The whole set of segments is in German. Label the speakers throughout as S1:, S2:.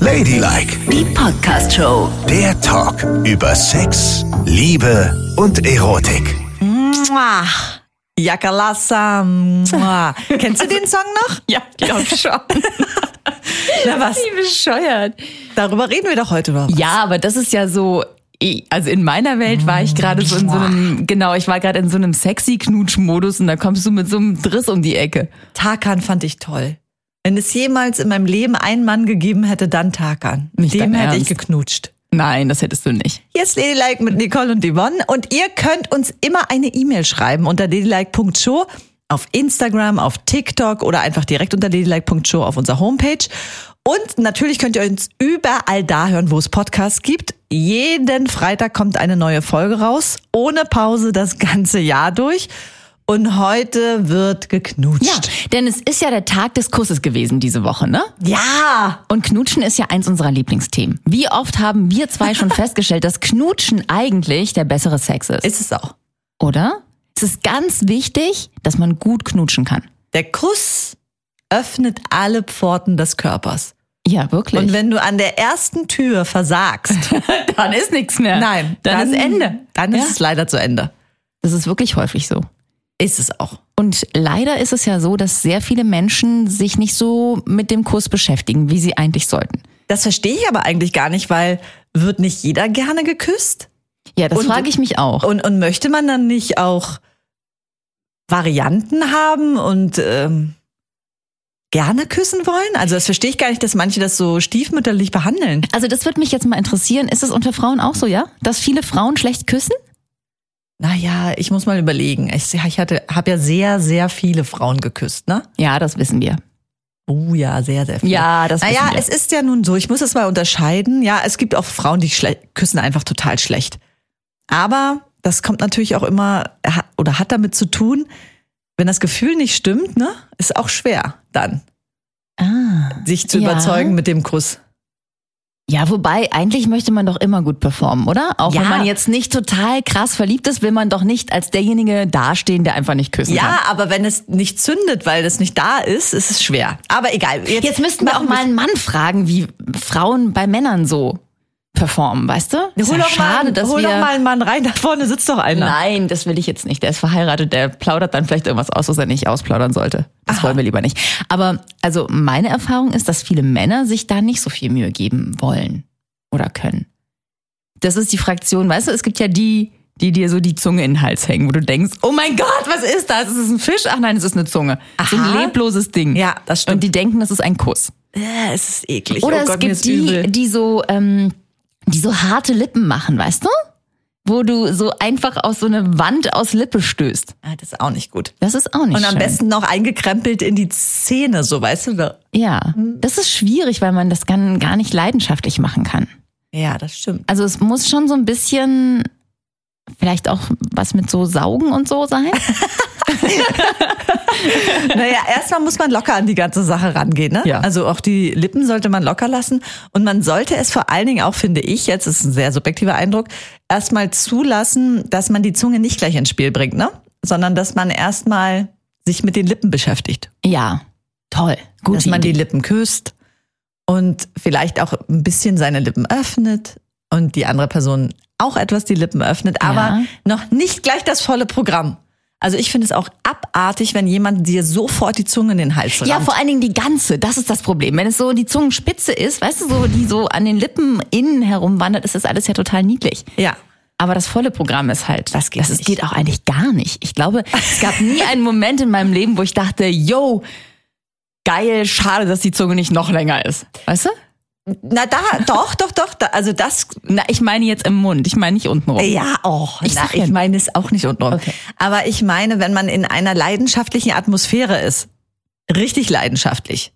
S1: Ladylike,
S2: Die Podcast Show.
S1: der Talk über Sex, Liebe und Erotik.
S3: Mua. Yakalasa. Mua. Kennst du den Song noch?
S4: Ja, glaub schon.
S3: Na was?
S4: Wie bescheuert.
S3: Darüber reden wir doch heute noch.
S4: Ja, aber das ist ja so. eh, Also in meiner Welt war ich gerade so in so einem, genau, ich war gerade in so einem sexy Knutsch-Modus und da kommst du mit so einem Driss um die Ecke.
S3: Tarkan fand ich toll. Wenn es jemals in meinem Leben einen Mann gegeben hätte, dann Tarkan.
S4: Nicht
S3: Dem
S4: dein
S3: hätte ich
S4: Ernst?
S3: geknutscht.
S4: Nein, das hättest du nicht.
S3: Jetzt Ladylike mit Nicole und Yvonne. Und ihr könnt uns immer eine E-Mail schreiben unter ladylike.show auf Instagram, auf TikTok oder einfach direkt unter ladylike.show auf unserer Homepage. Und natürlich könnt ihr uns überall da hören, wo es Podcasts gibt. Jeden Freitag kommt eine neue Folge raus, ohne Pause das ganze Jahr durch. Und heute wird
S4: Ja,
S3: geknutscht.
S4: denn es ist ja der Tag des Kusses gewesen diese Woche, ne?
S3: Ja!
S4: Und Knutschen ist ja eins unserer Lieblingsthemen. Wie oft haben wir zwei schon festgestellt, dass Knutschen eigentlich der bessere Sex ist,
S3: Ist es auch.
S4: oder? Es ist ganz wichtig, dass man gut knutschen kann.
S3: Der Kuss öffnet alle Pforten des Körpers.
S4: Ja, wirklich.
S3: Und wenn du an der ersten Tür versagst,
S4: dann ist nichts mehr.
S3: nein,
S4: dann, ist Ende.
S3: Dann ist
S4: Ja.
S3: es leider zu Ende.
S4: Das ist wirklich häufig so.
S3: Ist es auch.
S4: Und leider ist es ja so, dass sehr viele Menschen sich nicht so mit dem Kuss beschäftigen, wie sie eigentlich sollten.
S3: Das verstehe ich aber eigentlich gar nicht, weil wird nicht jeder gerne geküsst?
S4: Ja, das
S3: Und-
S4: frage ich mich auch.
S3: Und, und möchte man dann nicht auch Varianten haben und ähm, gerne küssen wollen? Also das verstehe ich gar nicht, dass manche das so stiefmütterlich behandeln.
S4: Also das würde mich jetzt mal interessieren, ist es unter Frauen auch so, ja? Dass viele Frauen schlecht küssen?
S3: Naja, ich muss mal überlegen. Ich, ich hatte, habe ja sehr, sehr viele Frauen geküsst, ne?
S4: Ja, das wissen wir.
S3: Oh ja, sehr, sehr viel.
S4: Ja, das
S3: Naja,
S4: wissen wir.
S3: es ist ja nun so, ich muss das mal unterscheiden. Ja, es gibt auch Frauen, die schle- küssen einfach total schlecht. Aber das kommt natürlich auch immer ha- oder hat damit zu tun, wenn das Gefühl nicht stimmt, ne, ist auch schwer dann,
S4: Ah.
S3: sich zu
S4: Ja.
S3: überzeugen mit dem Kuss.
S4: Ja, wobei eigentlich möchte man doch immer gut performen, oder? Auch
S3: Ja.
S4: wenn man jetzt nicht total krass verliebt ist, will man doch nicht als derjenige dastehen, der einfach nicht küssen kann.
S3: Ja, aber wenn es nicht zündet, weil es nicht da ist, ist es schwer. Aber egal.
S4: Jetzt müssten wir auch
S3: machen
S4: mal einen Mann fragen, wie Frauen bei Männern so performen, weißt du? Ist
S3: Hol,
S4: ja
S3: doch,
S4: schade,
S3: mal,
S4: dass
S3: hol
S4: wir
S3: doch mal einen Mann rein, da vorne sitzt doch einer.
S4: Nein, das will ich jetzt nicht. Der ist verheiratet, der plaudert dann vielleicht irgendwas aus, was er nicht ausplaudern sollte. Das wollen wir lieber nicht. Aber also meine Erfahrung ist, dass viele Männer sich da nicht so viel Mühe geben wollen oder können. Das ist die Fraktion, weißt du, es gibt ja die, die dir so die Zunge in den Hals hängen, wo du denkst, oh mein Gott, was ist das? Ist es ein Fisch? Ach nein, es ist eine Zunge. So ein
S3: Aha.
S4: lebloses Ding.
S3: Ja, das stimmt.
S4: Und die denken, das ist ein Kuss.
S3: Äh, es ist eklig.
S4: Oder
S3: oh
S4: es
S3: Gott, mir ist
S4: gibt die,
S3: übel.
S4: die so, ähm, die so harte Lippen machen, weißt du? Wo du so einfach aus so eine Wand aus Lippe stößt.
S3: Ah, das ist auch nicht gut.
S4: Das ist auch nicht
S3: Und am
S4: schön.
S3: besten noch eingekrempelt in die Zähne, so weißt du. da-
S4: Ja,
S3: Hm.
S4: das ist schwierig, weil man das kann, gar nicht leidenschaftlich machen kann.
S3: Ja, das stimmt.
S4: Also es muss schon so ein bisschen vielleicht auch was mit so Saugen und so sein.
S3: Naja, erstmal muss man locker an die ganze Sache rangehen. Ne?
S4: Ja.
S3: Also auch die Lippen sollte man locker lassen. Und man sollte es vor allen Dingen auch, finde ich, jetzt ist ein sehr subjektiver Eindruck, erstmal zulassen, dass man die Zunge nicht gleich ins Spiel bringt, ne? sondern dass man erstmal sich mit den Lippen beschäftigt.
S4: ja, toll. Gut.
S3: dass man die Lippen küsst und vielleicht auch ein bisschen seine Lippen öffnet und die andere Person auch etwas die Lippen öffnet, aber
S4: Ja.
S3: noch nicht gleich das volle Programm. Also ich finde es auch abartig, wenn jemand dir sofort die Zunge in den Hals rammt.
S4: ja, vor allen Dingen die ganze, das ist das Problem. Wenn es so die Zungenspitze ist, weißt du, so die so an den Lippen innen herumwandert, ist das alles ja total niedlich.
S3: ja.
S4: Aber das volle Programm ist halt.
S3: Das geht
S4: das
S3: nicht.
S4: geht auch eigentlich gar nicht. Ich glaube, es gab nie einen Moment in meinem Leben, wo ich dachte, yo, geil, schade, dass die Zunge nicht noch länger ist. Weißt du?
S3: Na da, doch, doch, doch. Da, also das,
S4: Na, ich meine jetzt im Mund, ich meine nicht untenrum.
S3: ja, oh, ich,
S4: Ich
S3: na,
S4: sag ja-
S3: ich meine es auch nicht untenrum.
S4: Okay.
S3: Aber ich meine, wenn man in einer leidenschaftlichen Atmosphäre ist, richtig leidenschaftlich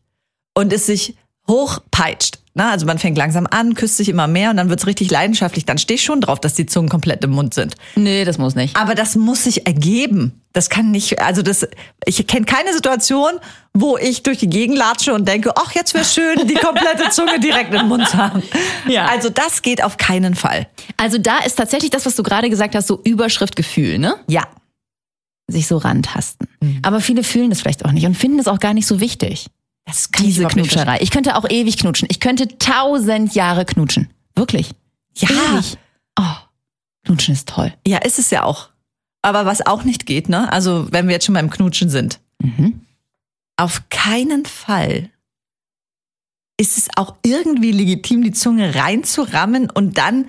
S3: und es sich hochpeitscht. Na, also man fängt langsam an, küsst sich immer mehr und dann wird's richtig leidenschaftlich. Dann stehe ich schon drauf, dass die Zungen komplett im Mund sind.
S4: Nee, das muss nicht.
S3: Aber das muss sich ergeben. Das kann nicht, also das, ich kenne keine Situation, wo ich durch die Gegend latsche und denke, ach, jetzt wäre schön, die komplette Zunge direkt im Mund haben.
S4: Ja.
S3: Also das geht auf keinen Fall.
S4: Also da ist tatsächlich das, was du gerade gesagt hast, so Überschriftgefühl, ne?
S3: Ja. Mhm.
S4: Sich so rantasten. Aber viele fühlen das vielleicht auch nicht und finden es auch gar nicht so wichtig. Das kann Diese
S3: überhaupt nicht
S4: Knutscherei. Ich könnte auch ewig knutschen. Ich könnte tausend Jahre knutschen. Wirklich.
S3: Ja.
S4: Ewig. Oh, knutschen ist toll.
S3: Ja, ist es ja auch. Aber was auch nicht geht, ne? Also, wenn wir jetzt schon beim Knutschen sind.
S4: Mhm.
S3: Auf keinen Fall ist es auch irgendwie legitim, die Zunge reinzurammen und dann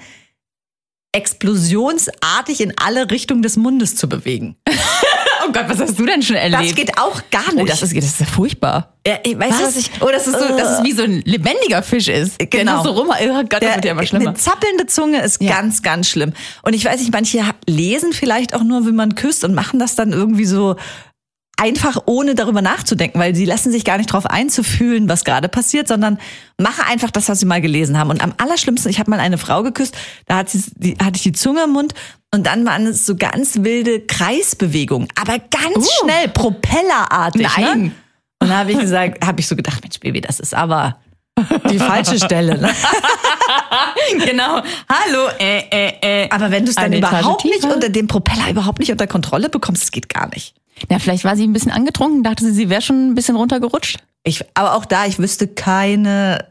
S3: explosionsartig in alle Richtungen des Mundes zu bewegen.
S4: Oh Gott, was hast du denn schon
S3: Das
S4: erlebt?
S3: geht auch gar nicht.
S4: oh, das ist, das ist ja furchtbar.
S3: ja, ich weiß
S4: Was? Äh,
S3: was?
S4: Ich, oh, das ist so, das ist wie so ein lebendiger Fisch ist. Der nur
S3: Genau.
S4: so rum. Oh Gott, das wird ja immer schlimmer.
S3: Eine zappelnde Zunge ist
S4: Ja.
S3: ganz, ganz schlimm. Und ich weiß nicht, manche ha- lesen vielleicht auch nur, wenn man küsst und machen das dann irgendwie so einfach, ohne darüber nachzudenken, weil sie lassen sich gar nicht darauf einzufühlen, was gerade passiert, sondern mache einfach das, was sie mal gelesen haben. Und am allerschlimmsten, ich habe mal eine Frau geküsst, da hat sie, die, hatte ich die Zunge im Mund und dann waren es so ganz wilde Kreisbewegungen, aber ganz
S4: Uh.
S3: schnell, propellerartig. Ne?
S4: Nein.
S3: Und da habe ich gesagt, habe ich so gedacht, Mensch, Baby, das ist aber die falsche Stelle. Ne?
S4: genau. Hallo. Äh, äh, äh.
S3: Aber wenn du es dann
S4: Eine Etage
S3: überhaupt nicht
S4: tiefer.
S3: unter dem Propeller überhaupt nicht unter Kontrolle bekommst, das geht gar nicht.
S4: Na, vielleicht war sie ein bisschen angetrunken, dachte sie, sie wäre schon ein bisschen runtergerutscht.
S3: Ich, aber auch da, ich wüsste keine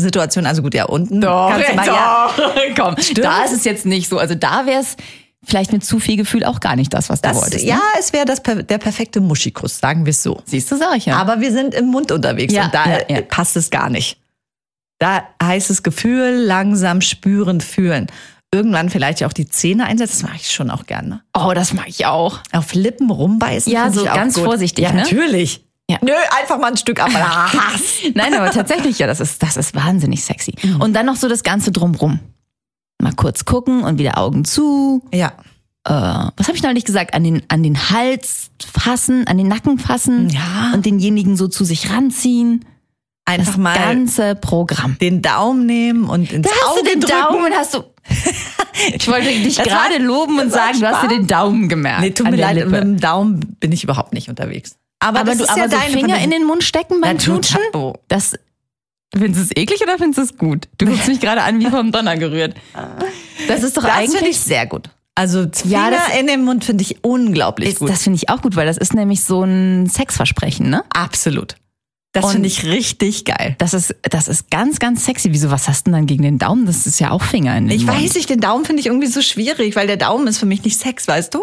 S3: Situation, also gut, ja, unten. kannst du mal- Ja,
S4: Oh, doch. Komm, da ist es jetzt nicht so. Also da wäre es vielleicht mit zu viel Gefühl auch gar nicht das, was du
S3: das,
S4: wolltest.
S3: ja
S4: Ne?
S3: es wäre das per- der perfekte Muschikuss, sagen wir es so.
S4: Siehst du, sag ich ja.
S3: Aber wir sind im Mund unterwegs
S4: Ja,
S3: und da
S4: ja,
S3: äh,
S4: ja.
S3: passt es gar nicht. Da heißt es Gefühl, langsam spüren, fühlen. Irgendwann vielleicht auch die Zähne einsetzen, das mache ich schon auch gerne.
S4: oh, das mag ich auch.
S3: Auf Lippen rumbeißen.
S4: Ja,
S3: find
S4: so
S3: ich auch
S4: ganz
S3: gut.
S4: vorsichtig,
S3: Ja,
S4: ne?
S3: natürlich.
S4: Ja.
S3: Nö, einfach mal ein Stück ab.
S4: Nein, aber tatsächlich, ja, das ist, das ist wahnsinnig sexy. Und dann noch so das Ganze drumrum. Mal kurz gucken und wieder Augen zu.
S3: ja.
S4: Äh, was habe ich neulich gesagt? An den, an den Hals fassen, an den Nacken fassen
S3: Ja.
S4: und denjenigen so zu sich ranziehen. Das
S3: Einfach mal
S4: ganze Programm.
S3: den Daumen nehmen und ins
S4: Da hast
S3: Auge
S4: du den
S3: drücken.
S4: Daumen und hast du. ich wollte dich
S3: Das war-
S4: gerade loben und
S3: das war
S4: sagen, du hast dir
S3: Spaß.
S4: den Daumen gemerkt.
S3: Nee, tut
S4: an
S3: mir
S4: der
S3: leid, mit
S4: Lippe.
S3: dem Daumen bin ich überhaupt nicht unterwegs. Aber,
S4: Aber
S3: das
S4: du
S3: ist
S4: aber
S3: ja
S4: so
S3: deine
S4: Finger
S3: Fantasie.
S4: in den Mund stecken beim
S3: Na, Oh. du
S4: Knutschen?
S3: Tapo.
S4: Das. Findest du es eklig oder findest du es gut? Du guckst mich gerade an wie vom Donner gerührt. Das ist doch
S3: Das finde
S4: eigentlich.
S3: ich sehr gut. Also
S4: Ja,
S3: Finger
S4: das-
S3: in den Mund finde ich unglaublich
S4: ist,
S3: gut.
S4: das finde ich auch gut, weil das ist nämlich so ein Sexversprechen, ne?
S3: Absolut. Das
S4: Und-
S3: finde ich richtig geil.
S4: Das ist, das ist ganz, ganz sexy. Wieso, was hast du denn dann gegen den Daumen? Das ist ja auch Finger in den
S3: Ich
S4: Mund.
S3: weiß nicht, den Daumen finde ich irgendwie so schwierig, weil der Daumen ist für mich nicht Sex, weißt du?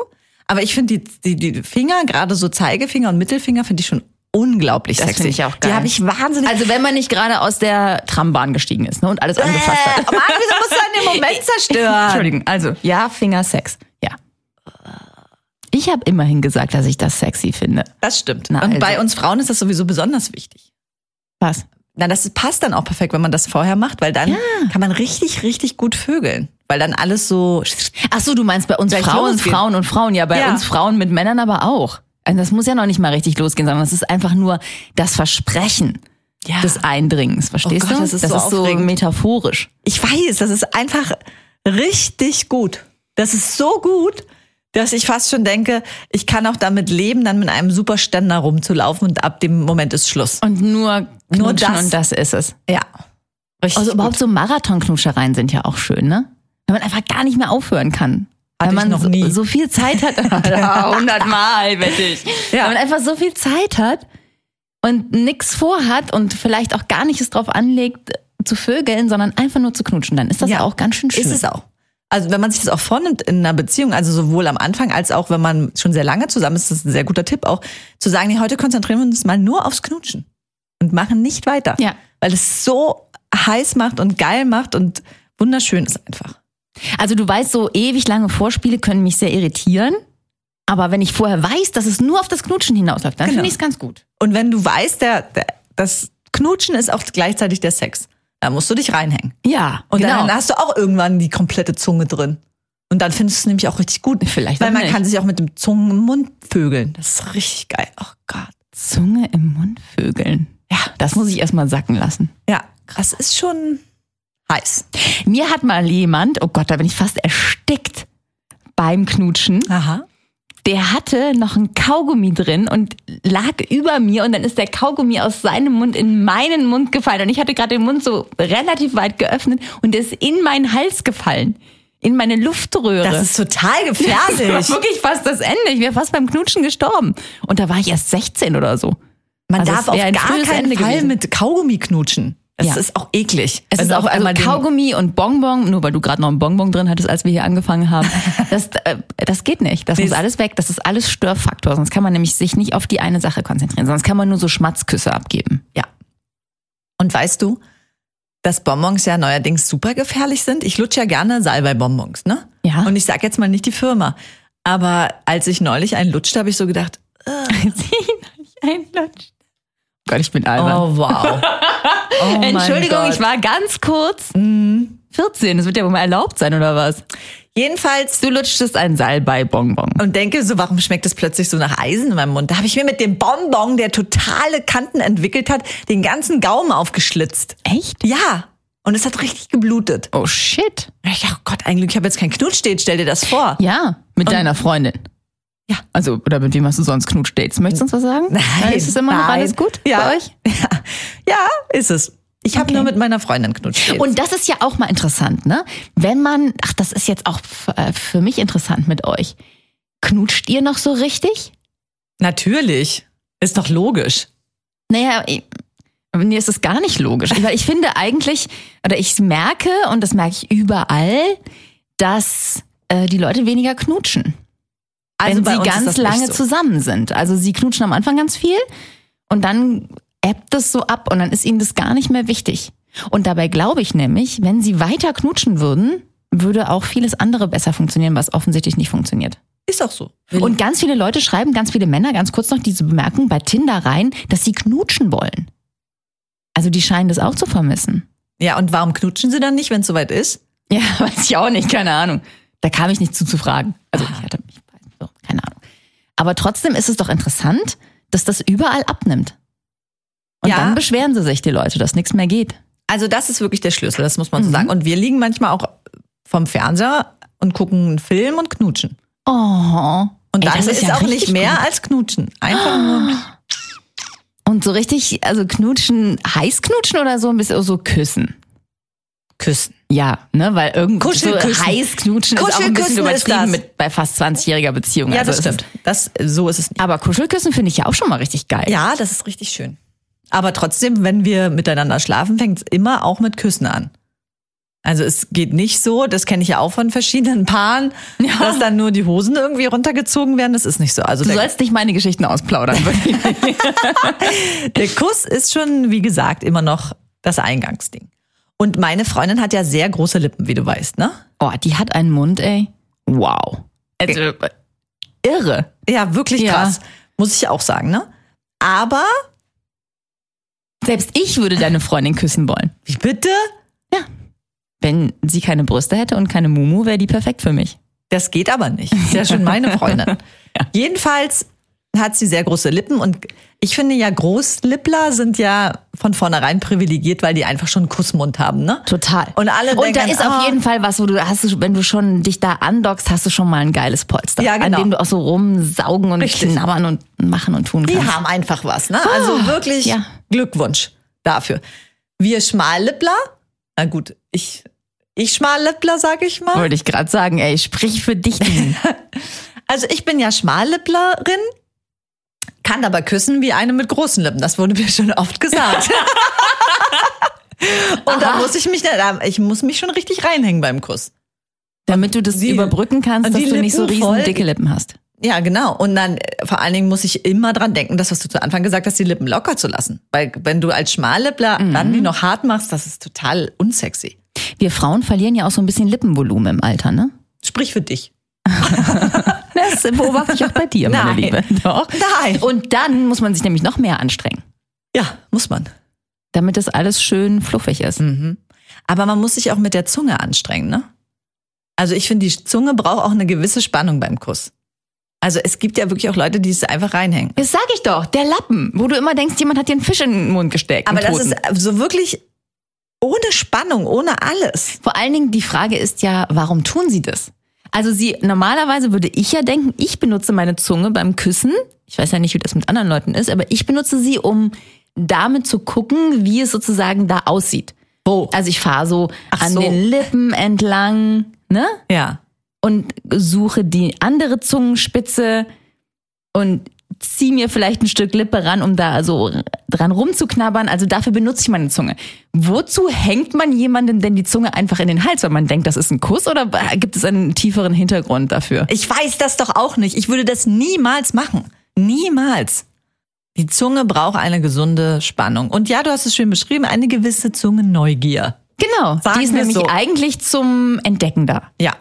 S3: Aber ich finde die, die, die Finger, gerade so Zeigefinger und Mittelfinger, finde ich schon unglaublich
S4: Das
S3: sexy.
S4: finde ich auch geil.
S3: Die habe ich wahnsinnig
S4: Also wenn man nicht gerade aus der Trambahn gestiegen ist ne, und alles angefasst
S3: Äh,
S4: hat.
S3: Mann, wieso musst du dann den Moment zerstören?
S4: Entschuldigung, also ja, Fingersex. Ja. Ich habe immerhin gesagt, dass ich das sexy finde.
S3: Das stimmt.
S4: Na,
S3: und
S4: also.
S3: bei uns Frauen ist das sowieso besonders wichtig.
S4: Was?
S3: Na, das passt dann auch perfekt, wenn man das vorher macht, weil dann kann man richtig, richtig gut vögeln. Weil dann alles so.
S4: Ach so, du meinst bei uns
S3: Gleich
S4: Frauen,
S3: losgehen.
S4: Frauen und Frauen, ja, bei
S3: Ja.
S4: uns Frauen mit Männern aber auch. Also das muss ja noch nicht mal richtig losgehen, sondern es ist einfach nur das Versprechen
S3: Ja.
S4: des Eindringens, verstehst
S3: Ah. Oh Gott,
S4: du?
S3: das ist so
S4: ist so
S3: aufregend.
S4: metaphorisch.
S3: Ich weiß, das ist einfach richtig gut. Das ist so gut, dass ich fast schon denke, ich kann auch damit leben, dann mit einem super Ständer rumzulaufen und ab dem Moment ist Schluss.
S4: Und nur
S3: Nur
S4: knutschen
S3: das.
S4: und das ist es.
S3: Ja. Richtig.
S4: Also
S3: gut.
S4: überhaupt so Marathonknutschereien sind ja auch schön, ne? Wenn man einfach gar nicht mehr aufhören kann.
S3: Hatte
S4: Wenn
S3: ich
S4: man
S3: noch
S4: so,
S3: nie.
S4: so viel Zeit hat. 100 Mal, wette ich.
S3: Ja.
S4: Wenn man einfach so viel Zeit hat und nichts vorhat und vielleicht auch gar nicht es drauf anlegt, zu vögeln, sondern einfach nur zu knutschen, dann ist das
S3: Ja.
S4: auch ganz schön schön.
S3: Ist es auch. Also wenn man sich das auch vornimmt in einer Beziehung, also sowohl am Anfang als auch wenn man schon sehr lange zusammen ist, das ist ein sehr guter Tipp auch, zu sagen, nee, heute konzentrieren wir uns mal nur aufs Knutschen und machen nicht weiter.
S4: Ja.
S3: Weil es so heiß macht und geil macht und wunderschön ist einfach.
S4: Also du weißt, so ewig lange Vorspiele können mich sehr irritieren. Aber wenn ich vorher weiß, dass es nur auf das Knutschen hinausläuft, dann
S3: Genau.
S4: finde ich es ganz gut.
S3: Und wenn du weißt, der, der, das Knutschen ist auch gleichzeitig der Sex, da musst du dich reinhängen.
S4: Ja,
S3: Und
S4: genau.
S3: dann hast du auch irgendwann die komplette Zunge drin. Und dann findest du es nämlich auch richtig gut.
S4: Vielleicht
S3: Weil
S4: auch
S3: man
S4: nicht.
S3: kann sich auch mit dem Zungen im Mund vögeln. Das ist richtig geil. Oh Gott.
S4: Zunge im Mund vögeln. Ja, das muss ich erstmal sacken lassen.
S3: Ja, das ist schon heiß.
S4: Mir hat mal jemand, oh Gott, da bin ich fast erstickt beim Knutschen.
S3: Aha.
S4: Der hatte noch ein Kaugummi drin und lag über mir und dann ist der Kaugummi aus seinem Mund in meinen Mund gefallen und ich hatte gerade den Mund so relativ weit geöffnet und ist in meinen Hals gefallen, in meine Luftröhre.
S3: Das ist total
S4: Das war
S3: gefährlich.
S4: wirklich fast das Ende. Ich wäre fast beim Knutschen gestorben. Und da war ich erst 16 oder so.
S3: Man
S4: Also es
S3: darf auf
S4: wäre ein
S3: gar
S4: frühes
S3: keinen
S4: Ende
S3: Fall
S4: gewesen.
S3: mit Kaugummi knutschen. Das
S4: Ja.
S3: ist auch eklig.
S4: Es
S3: Wenn
S4: ist
S3: du
S4: auch
S3: auf
S4: also
S3: einmal den-
S4: Kaugummi und Bonbon, nur weil du gerade noch einen Bonbon drin hattest, als wir hier angefangen haben. Das, äh, das geht nicht. Das
S3: Nee,
S4: muss
S3: es-
S4: alles weg. Das ist alles Störfaktor. Sonst kann man nämlich sich nicht auf die eine Sache konzentrieren. Sonst kann man nur so Schmatzküsse abgeben.
S3: Ja. Und weißt du, dass Bonbons ja neuerdings super gefährlich sind? Ich lutsche ja gerne Salbei-Bonbons, ne?
S4: Ja.
S3: Und ich sag jetzt mal nicht die Firma. Aber als ich neulich einen lutschte, habe ich so gedacht, äh,
S4: Einlutschen. Gott, ich bin albern.
S3: oh wow. Oh mein
S4: Entschuldigung,
S3: Gott. Mhm.
S4: ich war ganz kurz 14. Das wird ja wohl mal erlaubt sein, oder was?
S3: Jedenfalls
S4: Du lutschtest ein Salbei-Bonbon.
S3: und denke so, warum schmeckt es plötzlich so nach Eisen in meinem Mund? Da habe ich mir mit dem Bonbon, der totale Kanten entwickelt hat, den ganzen Gaumen aufgeschlitzt.
S4: Echt?
S3: Ja. Und es hat richtig geblutet.
S4: Oh shit.
S3: Und ich dachte, oh Gott, ein Glück, ich habe jetzt keinen Knutschdate, stell dir das vor.
S4: Ja, mit deiner Freundin.
S3: Ja.
S4: Also, oder mit wem hast du sonst Knutschdates? Möchtest du uns was sagen?
S3: Nein,
S4: Ist es immer noch
S3: nein.
S4: alles gut
S3: ja.
S4: bei euch?
S3: Ja. ja, ist es. Ich habe nur mit meiner Freundin knutscht. jetzt.
S4: Und das ist ja auch mal interessant, ne? Wenn man, ach, das ist jetzt auch f- äh, für mich interessant mit euch. Knutscht ihr noch so richtig?
S3: natürlich. Ist doch logisch.
S4: Naja, ich- mir ist es gar nicht logisch. Weil ich finde eigentlich, oder ich merke, und das merke ich überall, dass äh, die Leute weniger knutschen. wenn
S3: Also bei
S4: sie
S3: uns ist
S4: ganz
S3: das nicht
S4: lange
S3: so.
S4: zusammen sind. Also sie knutschen am Anfang ganz viel und dann ebbt es so ab und dann ist ihnen das gar nicht mehr wichtig. Und dabei glaube ich nämlich, wenn sie weiter knutschen würden, würde auch vieles andere besser funktionieren, was offensichtlich nicht funktioniert.
S3: Ist auch so.
S4: Und ganz viele Leute schreiben, ganz viele Männer, ganz kurz noch diese Bemerkung bei Tinder rein, dass sie knutschen wollen. Also die scheinen das auch zu vermissen.
S3: ja, und warum knutschen sie dann nicht, wenn es soweit ist?
S4: Ja, weiß ich auch nicht, keine Ahnung. Da kam ich nicht zu zu fragen. Also
S3: Ah.
S4: ich hatte mich, so, keine Ahnung. Aber trotzdem ist es doch interessant, dass das überall abnimmt. Und
S3: Ja.
S4: dann beschweren sie sich die Leute, dass nichts mehr geht.
S3: Also das ist wirklich der Schlüssel, das muss man
S4: Mhm.
S3: so sagen. Und wir liegen manchmal auch vom Fernseher und gucken einen Film und knutschen.
S4: Oh.
S3: Und
S4: Ey,
S3: dann
S4: das
S3: ist,
S4: ja
S3: auch
S4: richtig
S3: nicht mehr
S4: gut. Ah.
S3: als knutschen. Einfach nur.
S4: Und so richtig, also knutschen, heiß knutschen oder so ein bisschen so küssen.
S3: oh, Küssen.
S4: Ja, ne, weil irgendwie so
S3: Kuschelküssen.
S4: heiß knutschen ist auch ein bisschen
S3: Kuschelküssen ist
S4: übertrieben
S3: das.
S4: mit bei fast 20-jähriger Beziehung.
S3: Ja,
S4: Also
S3: das
S4: es
S3: stimmt.
S4: Ist,
S3: Das, so ist es nicht.
S4: aber Kuschelküssen finde ich ja auch schon mal richtig geil.
S3: Ja, das ist richtig schön. Aber trotzdem, wenn wir miteinander schlafen, fängt es immer auch mit Küssen an. Also es geht nicht so, das kenne ich ja auch von verschiedenen Paaren, dass dann nur die Hosen irgendwie runtergezogen werden. Das ist nicht so. Also
S4: Du
S3: der,
S4: sollst nicht meine Geschichten ausplaudern. Willi.
S3: der Kuss ist schon, wie gesagt, immer noch das Eingangsding. Und meine Freundin hat ja sehr große Lippen, wie du weißt, ne?
S4: Oh, die hat einen Mund, ey. Wow. Also, äh, irre.
S3: Ja, wirklich
S4: Ja.
S3: krass. Muss ich auch sagen, ne? Aber,
S4: Selbst ich würde deine Freundin küssen wollen.
S3: wie bitte?
S4: Wenn sie keine Brüste hätte und keine Mumu, wäre die perfekt für mich.
S3: Das geht aber nicht. Ist ja schon meine Freundin. Jedenfalls hat sie sehr große Lippen und ich finde ja, Großlippler sind ja von vornherein privilegiert, weil die einfach schon einen Kussmund haben, ne?
S4: Total.
S3: Und alle
S4: Und da
S3: denken,
S4: ist auf
S3: ah.
S4: jeden Fall was, wo du hast, du- wenn du schon dich da andockst, hast du schon mal ein geiles Polster,
S3: Ja, genau.
S4: an dem du auch so rumsaugen und
S3: Richtig.
S4: knabbern und machen und tun
S3: Die
S4: kannst.
S3: haben einfach was, ne? Also
S4: Ah,
S3: wirklich
S4: ja.
S3: Glückwunsch dafür. Wir Schmallippler, na gut, ich, ich Schmallippler, sag ich mal.
S4: Wollte ich gerade sagen, ey, sprich für dich. Dean.
S3: Also ich bin ja Schmallipplerin, kann aber küssen wie eine mit großen Lippen. Das wurde mir schon oft gesagt. Und da muss ich mich, da- ich muss mich schon richtig reinhängen beim Kuss.
S4: Damit du das
S3: Die-
S4: überbrücken kannst,
S3: und
S4: dass
S3: die
S4: du nicht so
S3: Lippen
S4: riesen
S3: voll-
S4: dicke Lippen hast.
S3: Ja, genau. Und dann äh, vor allen Dingen muss ich immer dran denken, das, was du zu Anfang gesagt hast, die Lippen locker zu lassen. Weil wenn du als Schmallippler dann die noch hart machst, das ist total unsexy.
S4: Wir Frauen verlieren ja auch so ein bisschen Lippenvolumen im Alter, ne?
S3: Sprich für dich.
S4: Das beobachte ich auch bei dir, meine
S3: Nein.
S4: Liebe. Doch.
S3: Nein.
S4: Und dann muss man sich nämlich noch mehr anstrengen,
S3: Ja, muss man.
S4: damit das alles schön fluffig ist.
S3: Mhm. Aber man muss sich auch mit der Zunge anstrengen, ne? Also ich finde, die Zunge braucht auch eine gewisse Spannung beim Kuss. Also es gibt ja wirklich auch Leute, die es einfach reinhängen.
S4: Das sag ich doch, der Lappen, wo du immer denkst, jemand hat dir einen Fisch in den Mund gesteckt.
S3: Aber
S4: einen
S3: das
S4: Toten.
S3: ist äh, so wirklich ohne Spannung, ohne alles.
S4: vor allen Dingen die Frage ist ja, warum tun sie das? Also sie normalerweise würde ich ja denken, ich benutze meine Zunge beim Küssen. Ich weiß ja nicht, wie das mit anderen Leuten ist, aber ich benutze sie, um damit zu gucken, wie es sozusagen da aussieht.
S3: Wo?
S4: Also ich fahre so
S3: Ach
S4: an
S3: so.
S4: den Lippen entlang, ne?
S3: Ja.
S4: und suche die andere Zungenspitze und ziehe mir vielleicht ein Stück Lippe ran, um da so dran rumzuknabbern. Also dafür benutze ich meine Zunge. Wozu hängt man jemandem denn die Zunge einfach in den Hals, wenn man denkt, das ist ein Kuss oder gibt es einen tieferen Hintergrund dafür?
S3: Ich weiß das doch auch nicht. Ich würde das niemals machen. Niemals. Die Zunge braucht eine gesunde Spannung. Und ja, du hast es schön beschrieben, eine gewisse Zungenneugier.
S4: Genau,
S3: Sagen
S4: die ist
S3: wir
S4: nämlich
S3: so.
S4: eigentlich zum Entdecken da.
S3: Ja.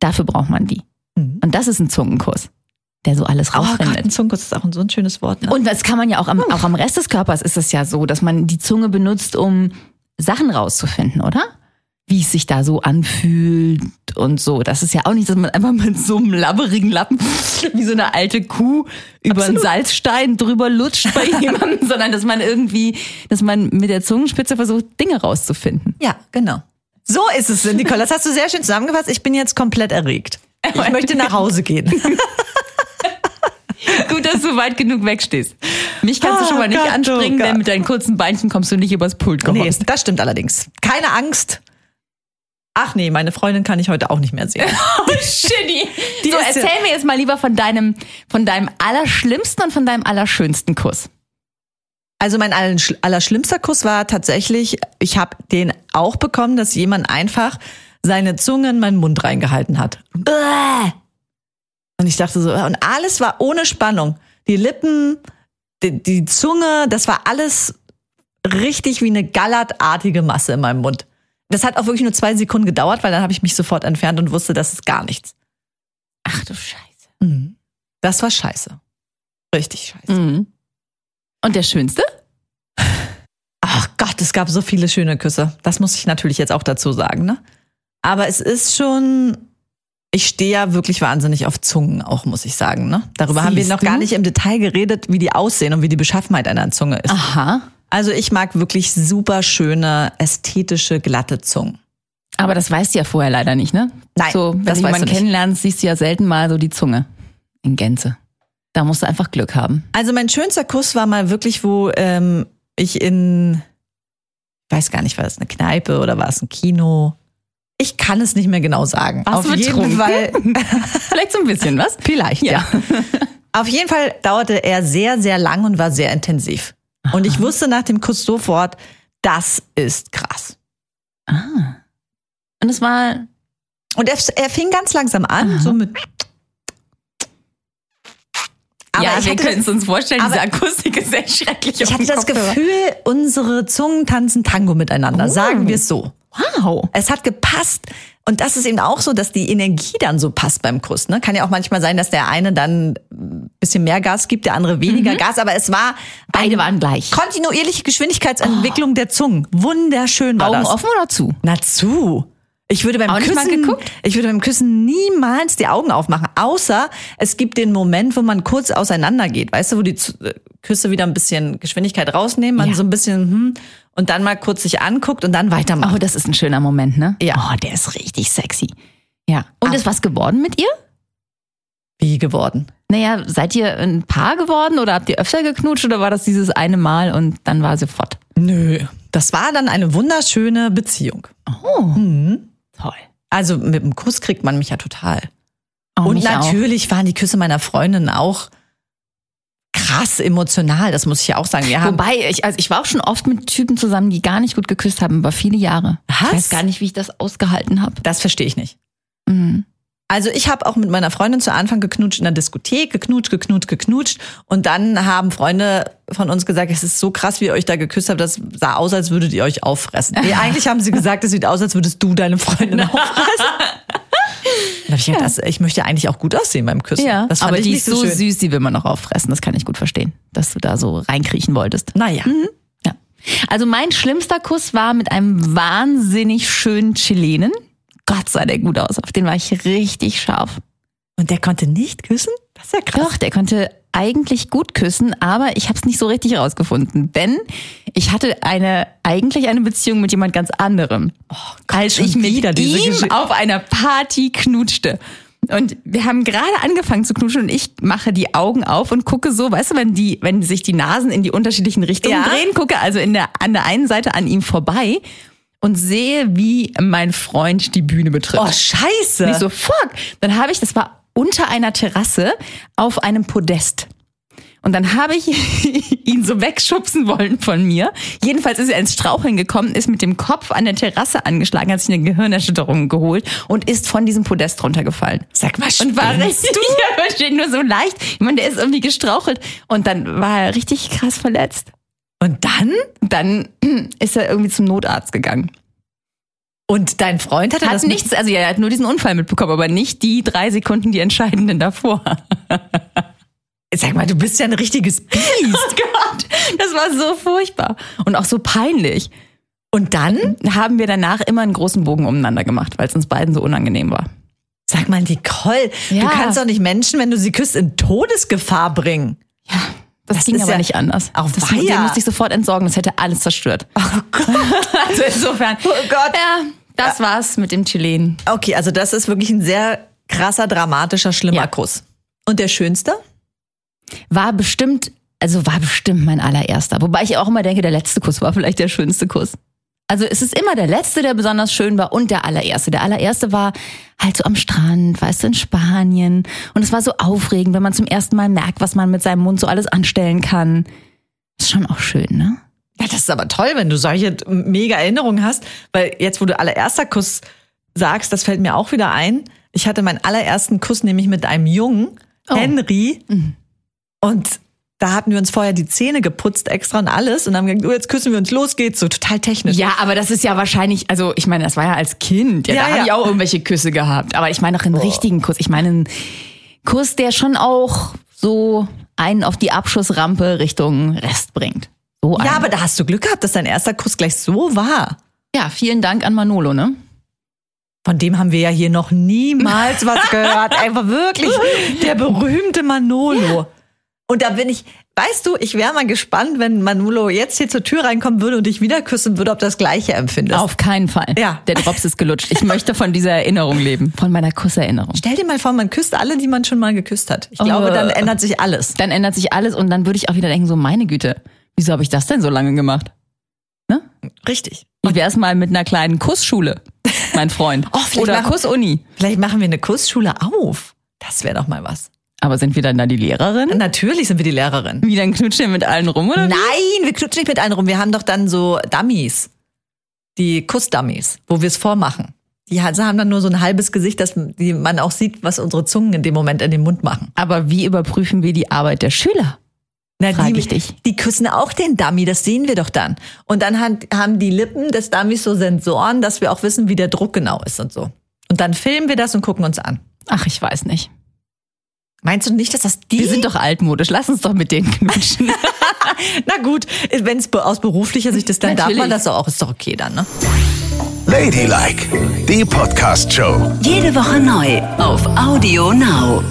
S4: Dafür braucht man die.
S3: Mhm.
S4: Und das ist ein Zungenkuss, der so alles
S3: Oh Gott,
S4: rausfindet.
S3: ein Zungenkuss ist auch so ein schönes Wort. Ne?
S4: Und das kann man ja auch am, auch am Rest des Körpers ist es ja so, dass man die Zunge benutzt, um Sachen rauszufinden, oder? Wie es sich da so anfühlt und so. Das ist ja auch nicht, dass man einfach mit so einem labberigen Lappen wie so eine alte Kuh über einen Salzstein drüber lutscht bei jemandem, sondern dass man irgendwie, dass man mit der Zungenspitze versucht, Dinge rauszufinden.
S3: ja, genau. So ist es, Nicole. Das hast du sehr schön zusammengefasst. Ich bin jetzt komplett erregt. Ich möchte nach Hause gehen.
S4: Gut, dass du weit genug wegstehst. Mich kannst
S3: Oh
S4: du schon mal nicht
S3: Gott, oh
S4: anspringen,
S3: Gott.
S4: denn mit deinen kurzen Beinchen kommst du nicht übers Pult
S3: Nee,
S4: gehopst.
S3: das stimmt allerdings. Keine Angst. Ach nee, meine Freundin kann ich heute auch nicht mehr sehen.
S4: Shitty.
S3: Die
S4: so,
S3: ist ja-
S4: erzähl mir jetzt mal lieber von deinem, von deinem allerschlimmsten und von deinem allerschönsten Kuss.
S3: Also mein allensch- allerschlimmster Kuss war tatsächlich, ich habe den auch bekommen, dass jemand einfach seine Zunge in meinen Mund reingehalten hat. Und ich dachte so, und alles war ohne Spannung. Die Lippen, die, die Zunge, das war alles richtig wie eine gallertartige Masse in meinem Mund. Das hat auch wirklich nur zwei Sekunden gedauert, weil dann habe ich mich sofort entfernt und wusste, das ist gar nichts.
S4: Ach du Scheiße.
S3: Das war scheiße. Richtig scheiße.
S4: Mhm. Und der schönste?
S3: Ach Gott, es gab so viele schöne Küsse. Das muss ich natürlich jetzt auch dazu sagen, ne? Aber es ist schon. Ich stehe ja wirklich wahnsinnig auf Zungen, auch muss ich sagen. Ne? Darüber haben wir
S4: Siehst
S3: noch
S4: du?
S3: gar nicht im Detail geredet, wie die aussehen und wie die Beschaffenheit einer Zunge ist.
S4: Aha.
S3: Also ich mag wirklich super schöne, ästhetische, glatte Zungen.
S4: Aber das weißt du ja vorher leider nicht, ne?
S3: Nein,
S4: So, wenn
S3: das
S4: du
S3: weißt du
S4: jemanden
S3: nicht.
S4: kennenlernst, siehst du ja selten mal so die Zunge in Gänze. Da musst du einfach Glück haben.
S3: Also mein schönster Kuss war mal wirklich, wo ähm, ich in, ich weiß gar nicht, war das eine Kneipe oder war es ein Kino? Ich kann es nicht mehr genau sagen.
S4: Warst du
S3: Auf jeden
S4: betrunken?
S3: Fall
S4: Vielleicht so ein bisschen, was?
S3: Vielleicht, ja. Auf jeden Fall dauerte er sehr, sehr lang und war sehr intensiv. Und ich wusste nach dem Kuss sofort, das ist krass.
S4: Ah. Und es war,
S3: Und er, er fing ganz langsam an, so mit. Aber
S4: ja,
S3: ich
S4: wir
S3: hatte
S4: können es uns vorstellen,
S3: aber-
S4: diese Akustik ist echt schrecklich.
S3: Ich
S4: auf
S3: hatte
S4: dem
S3: das
S4: Kopfhörer.
S3: Gefühl, unsere Zungen tanzen Tango miteinander.
S4: Oh.
S3: Sagen wir es so.
S4: Wow.
S3: Es hat gepasst. Und das ist eben auch so, dass die Energie dann so passt beim Kuss. Ne? Kann ja auch manchmal sein, dass der eine dann ein bisschen mehr Gas gibt, der andere weniger Gas. Aber es war
S4: Mhm. Beide waren gleich.
S3: kontinuierliche Geschwindigkeitsentwicklung der Zungen. Wunderschön war
S4: Augen
S3: das.
S4: offen oder zu?
S3: Na zu. Ich würde beim
S4: Auch nicht mal
S3: Küssen,
S4: geguckt?
S3: ich würde beim Küssen niemals die Augen aufmachen, außer es gibt den Moment, wo man kurz auseinander geht, weißt du, wo die Z- äh, Küsse wieder ein bisschen Geschwindigkeit rausnehmen, man
S4: Ja.
S3: so ein bisschen hm, und dann mal kurz sich anguckt und dann weitermacht.
S4: Oh, das ist ein schöner Moment, ne?
S3: Ja.
S4: Oh, der ist richtig sexy. Ja. Und ist was geworden mit ihr?
S3: Wie geworden.
S4: Naja, seid ihr ein Paar geworden oder habt ihr öfter geknutscht oder war das dieses eine Mal und dann war sie fort?
S3: Nö, das war dann eine wunderschöne Beziehung. Hm.
S4: Oh. Toll.
S3: Also mit dem Kuss kriegt man mich ja total.
S4: Oh,
S3: Und
S4: mich
S3: natürlich waren die Küsse meiner Freundin auch krass emotional, das muss ich ja auch sagen. Wir
S4: Auch.
S3: haben,
S4: Wobei, ich, also ich war auch schon oft mit Typen zusammen, die gar nicht gut geküsst haben, über viele Jahre.
S3: Was?
S4: Ich weiß gar nicht, wie ich das ausgehalten habe.
S3: das verstehe ich nicht.
S4: Mhm.
S3: Also ich habe auch mit meiner Freundin zu Anfang geknutscht in der Diskothek, geknutscht, geknutscht, geknutscht. Und dann haben Freunde von uns gesagt, es ist so krass, wie ihr euch da geküsst habt, das sah aus, als würdet ihr euch auffressen. Nee, eigentlich haben sie gesagt, es sieht aus, als würdest du deine Freundin auffressen. Und da hab ich, gedacht, das, ich möchte eigentlich auch gut aussehen beim Küssen.
S4: Ja,
S3: das fand
S4: aber
S3: ich
S4: die
S3: nicht
S4: ist so
S3: so schön.
S4: süß, die will man noch auffressen. Das kann ich gut verstehen, dass du da so reinkriechen wolltest.
S3: Naja,
S4: Ja. Also mein schlimmster Kuss war mit einem wahnsinnig schönen Chilenen. Gott sah der gut aus. Auf den war ich richtig scharf.
S3: und der konnte nicht küssen? Das ist ja krass.
S4: Doch, der konnte eigentlich gut küssen, aber ich habe es nicht so richtig rausgefunden, denn ich hatte eine eigentlich eine Beziehung mit jemand ganz anderem, als
S3: Oh schon
S4: ich mit
S3: wieder diese
S4: ihm
S3: Geschichte.
S4: auf einer Party knutschte. Und wir haben gerade angefangen zu knutschen und ich mache die Augen auf und gucke so, weißt du, wenn die, wenn sich die Nasen in die unterschiedlichen Richtungen
S3: Ja.
S4: drehen, gucke also in der, an der einen Seite an ihm vorbei und sehe, wie mein Freund die Bühne betritt.
S3: Oh, scheiße.
S4: Und ich so, fuck. Dann habe ich, das war unter einer Terrasse auf einem Podest. Und dann habe ich ihn so wegschubsen wollen von mir. Jedenfalls ist er ins Straucheln gekommen, ist mit dem Kopf an der Terrasse angeschlagen, hat sich eine Gehirnerschütterung geholt und ist von diesem Podest runtergefallen.
S3: Sag mal,
S4: Und war
S3: spinnst
S4: richtig, ja, verstehe, nur so leicht. Ich meine, der ist irgendwie gestrauchelt. Und dann war er richtig krass verletzt.
S3: Und dann?
S4: Dann ist er irgendwie zum Notarzt gegangen.
S3: Und dein Freund hatte
S4: Hat
S3: das mit-
S4: nichts, also ja, er hat nur diesen Unfall mitbekommen, aber nicht die drei Sekunden, die entscheidenden davor.
S3: Sag mal, du bist ja ein richtiges Biest.
S4: Oh Gott, das war so furchtbar. Und auch so peinlich.
S3: Und dann?
S4: Haben wir danach immer einen großen Bogen umeinander gemacht, weil es uns beiden so unangenehm war.
S3: Sag mal, Nicole, du
S4: Ja.
S3: kannst doch nicht Menschen, wenn du sie küsst, in Todesgefahr bringen.
S4: Das, ging
S3: ist
S4: aber
S3: ja-
S4: nicht anders.
S3: Auch
S4: das,
S3: weia.
S4: Den musste ich sofort entsorgen, das hätte alles zerstört.
S3: Oh Gott.
S4: Also insofern.
S3: Oh Gott.
S4: Ja, das war's mit dem Chilen.
S3: Okay, also das ist wirklich ein sehr krasser, dramatischer, schlimmer
S4: Ja.
S3: Kuss. Und der schönste?
S4: War bestimmt, also war bestimmt mein allererster. Wobei ich auch immer denke, der letzte Kuss war vielleicht der schönste Kuss. Also es ist immer der letzte, der besonders schön war und der allererste. Der allererste war halt so am Strand, weißt du, in Spanien. Und es war so aufregend, wenn man zum ersten Mal merkt, was man mit seinem Mund so alles anstellen kann. Ist schon auch schön, ne?
S3: Ja, das ist aber toll, wenn du solche mega Erinnerungen hast, weil jetzt, wo du allererster Kuss sagst, das fällt mir auch wieder ein. Ich hatte meinen allerersten Kuss nämlich mit einem Jungen,
S4: Oh.
S3: Henry, und da hatten wir uns vorher die Zähne geputzt extra und alles und haben gesagt, oh, jetzt küssen wir uns, los geht's, so total technisch.
S4: Ja, aber das ist ja wahrscheinlich, also ich meine, das war ja als Kind. Ja,
S3: Ja,
S4: da habe
S3: ja.
S4: ich auch irgendwelche Küsse gehabt. Aber ich meine auch einen richtigen Kuss. Ich meine einen Kuss, der schon auch so einen auf die Abschussrampe Richtung Rest bringt. So einen.
S3: Ja, aber da hast du Glück gehabt, dass dein erster Kuss gleich so war.
S4: ja, vielen Dank an Manolo, ne?
S3: Von dem haben wir ja hier noch niemals was gehört. Einfach wirklich der berühmte Manolo. Und da bin ich, weißt du, ich wäre mal gespannt, wenn Manolo jetzt hier zur Tür reinkommen würde und dich wieder küssen würde, ob das gleiche empfindest.
S4: Auf keinen Fall.
S3: Ja.
S4: Der Drops ist gelutscht. Ich möchte von dieser Erinnerung leben. Von meiner Kusserinnerung.
S3: Stell dir mal vor, man küsst alle, die man schon mal geküsst hat. Ich glaube,
S4: Oh.
S3: dann ändert sich alles.
S4: Dann ändert sich alles und dann würde ich auch wieder denken, so meine Güte, wieso habe ich das denn so lange gemacht?
S3: Richtig.
S4: Wie wär's mal mit einer kleinen Kussschule, mein Freund?
S3: Oh, vielleicht
S4: Oder
S3: machen-
S4: Kussuni.
S3: Vielleicht machen wir eine Kussschule auf. Das wäre doch mal was.
S4: Aber sind wir dann da die Lehrerin?
S3: Natürlich sind wir die Lehrerin.
S4: Wie, dann knutscht ihr mit allen rum, oder?
S3: Nein, wir knutschen nicht mit einem rum. Wir haben doch dann so Dummies. Die Kussdummies, wo wir es vormachen. Die ha- haben dann nur so ein halbes Gesicht, dass die man auch sieht, was unsere Zungen in dem Moment in den Mund machen.
S4: Aber wie überprüfen wir die Arbeit der Schüler?
S3: Na,
S4: Frag
S3: die,
S4: ich dich.
S3: die küssen auch den Dummy, das sehen wir doch dann. Und dann hat, haben die Lippen des Dummies so Sensoren, dass wir auch wissen, wie der Druck genau ist und so. Und dann filmen wir das und gucken uns an.
S4: Ach, ich weiß nicht.
S3: Meinst du nicht, dass das die?
S4: Wir sind doch altmodisch. Lass uns doch mit denen knutschen.
S3: Na gut, wenn es aus beruflicher Sicht ist, dann darf man
S4: Natürlich.
S3: das doch auch. Ist doch okay dann, ne?
S1: Ladylike, die Podcast-Show.
S2: Jede Woche neu auf Audio Now.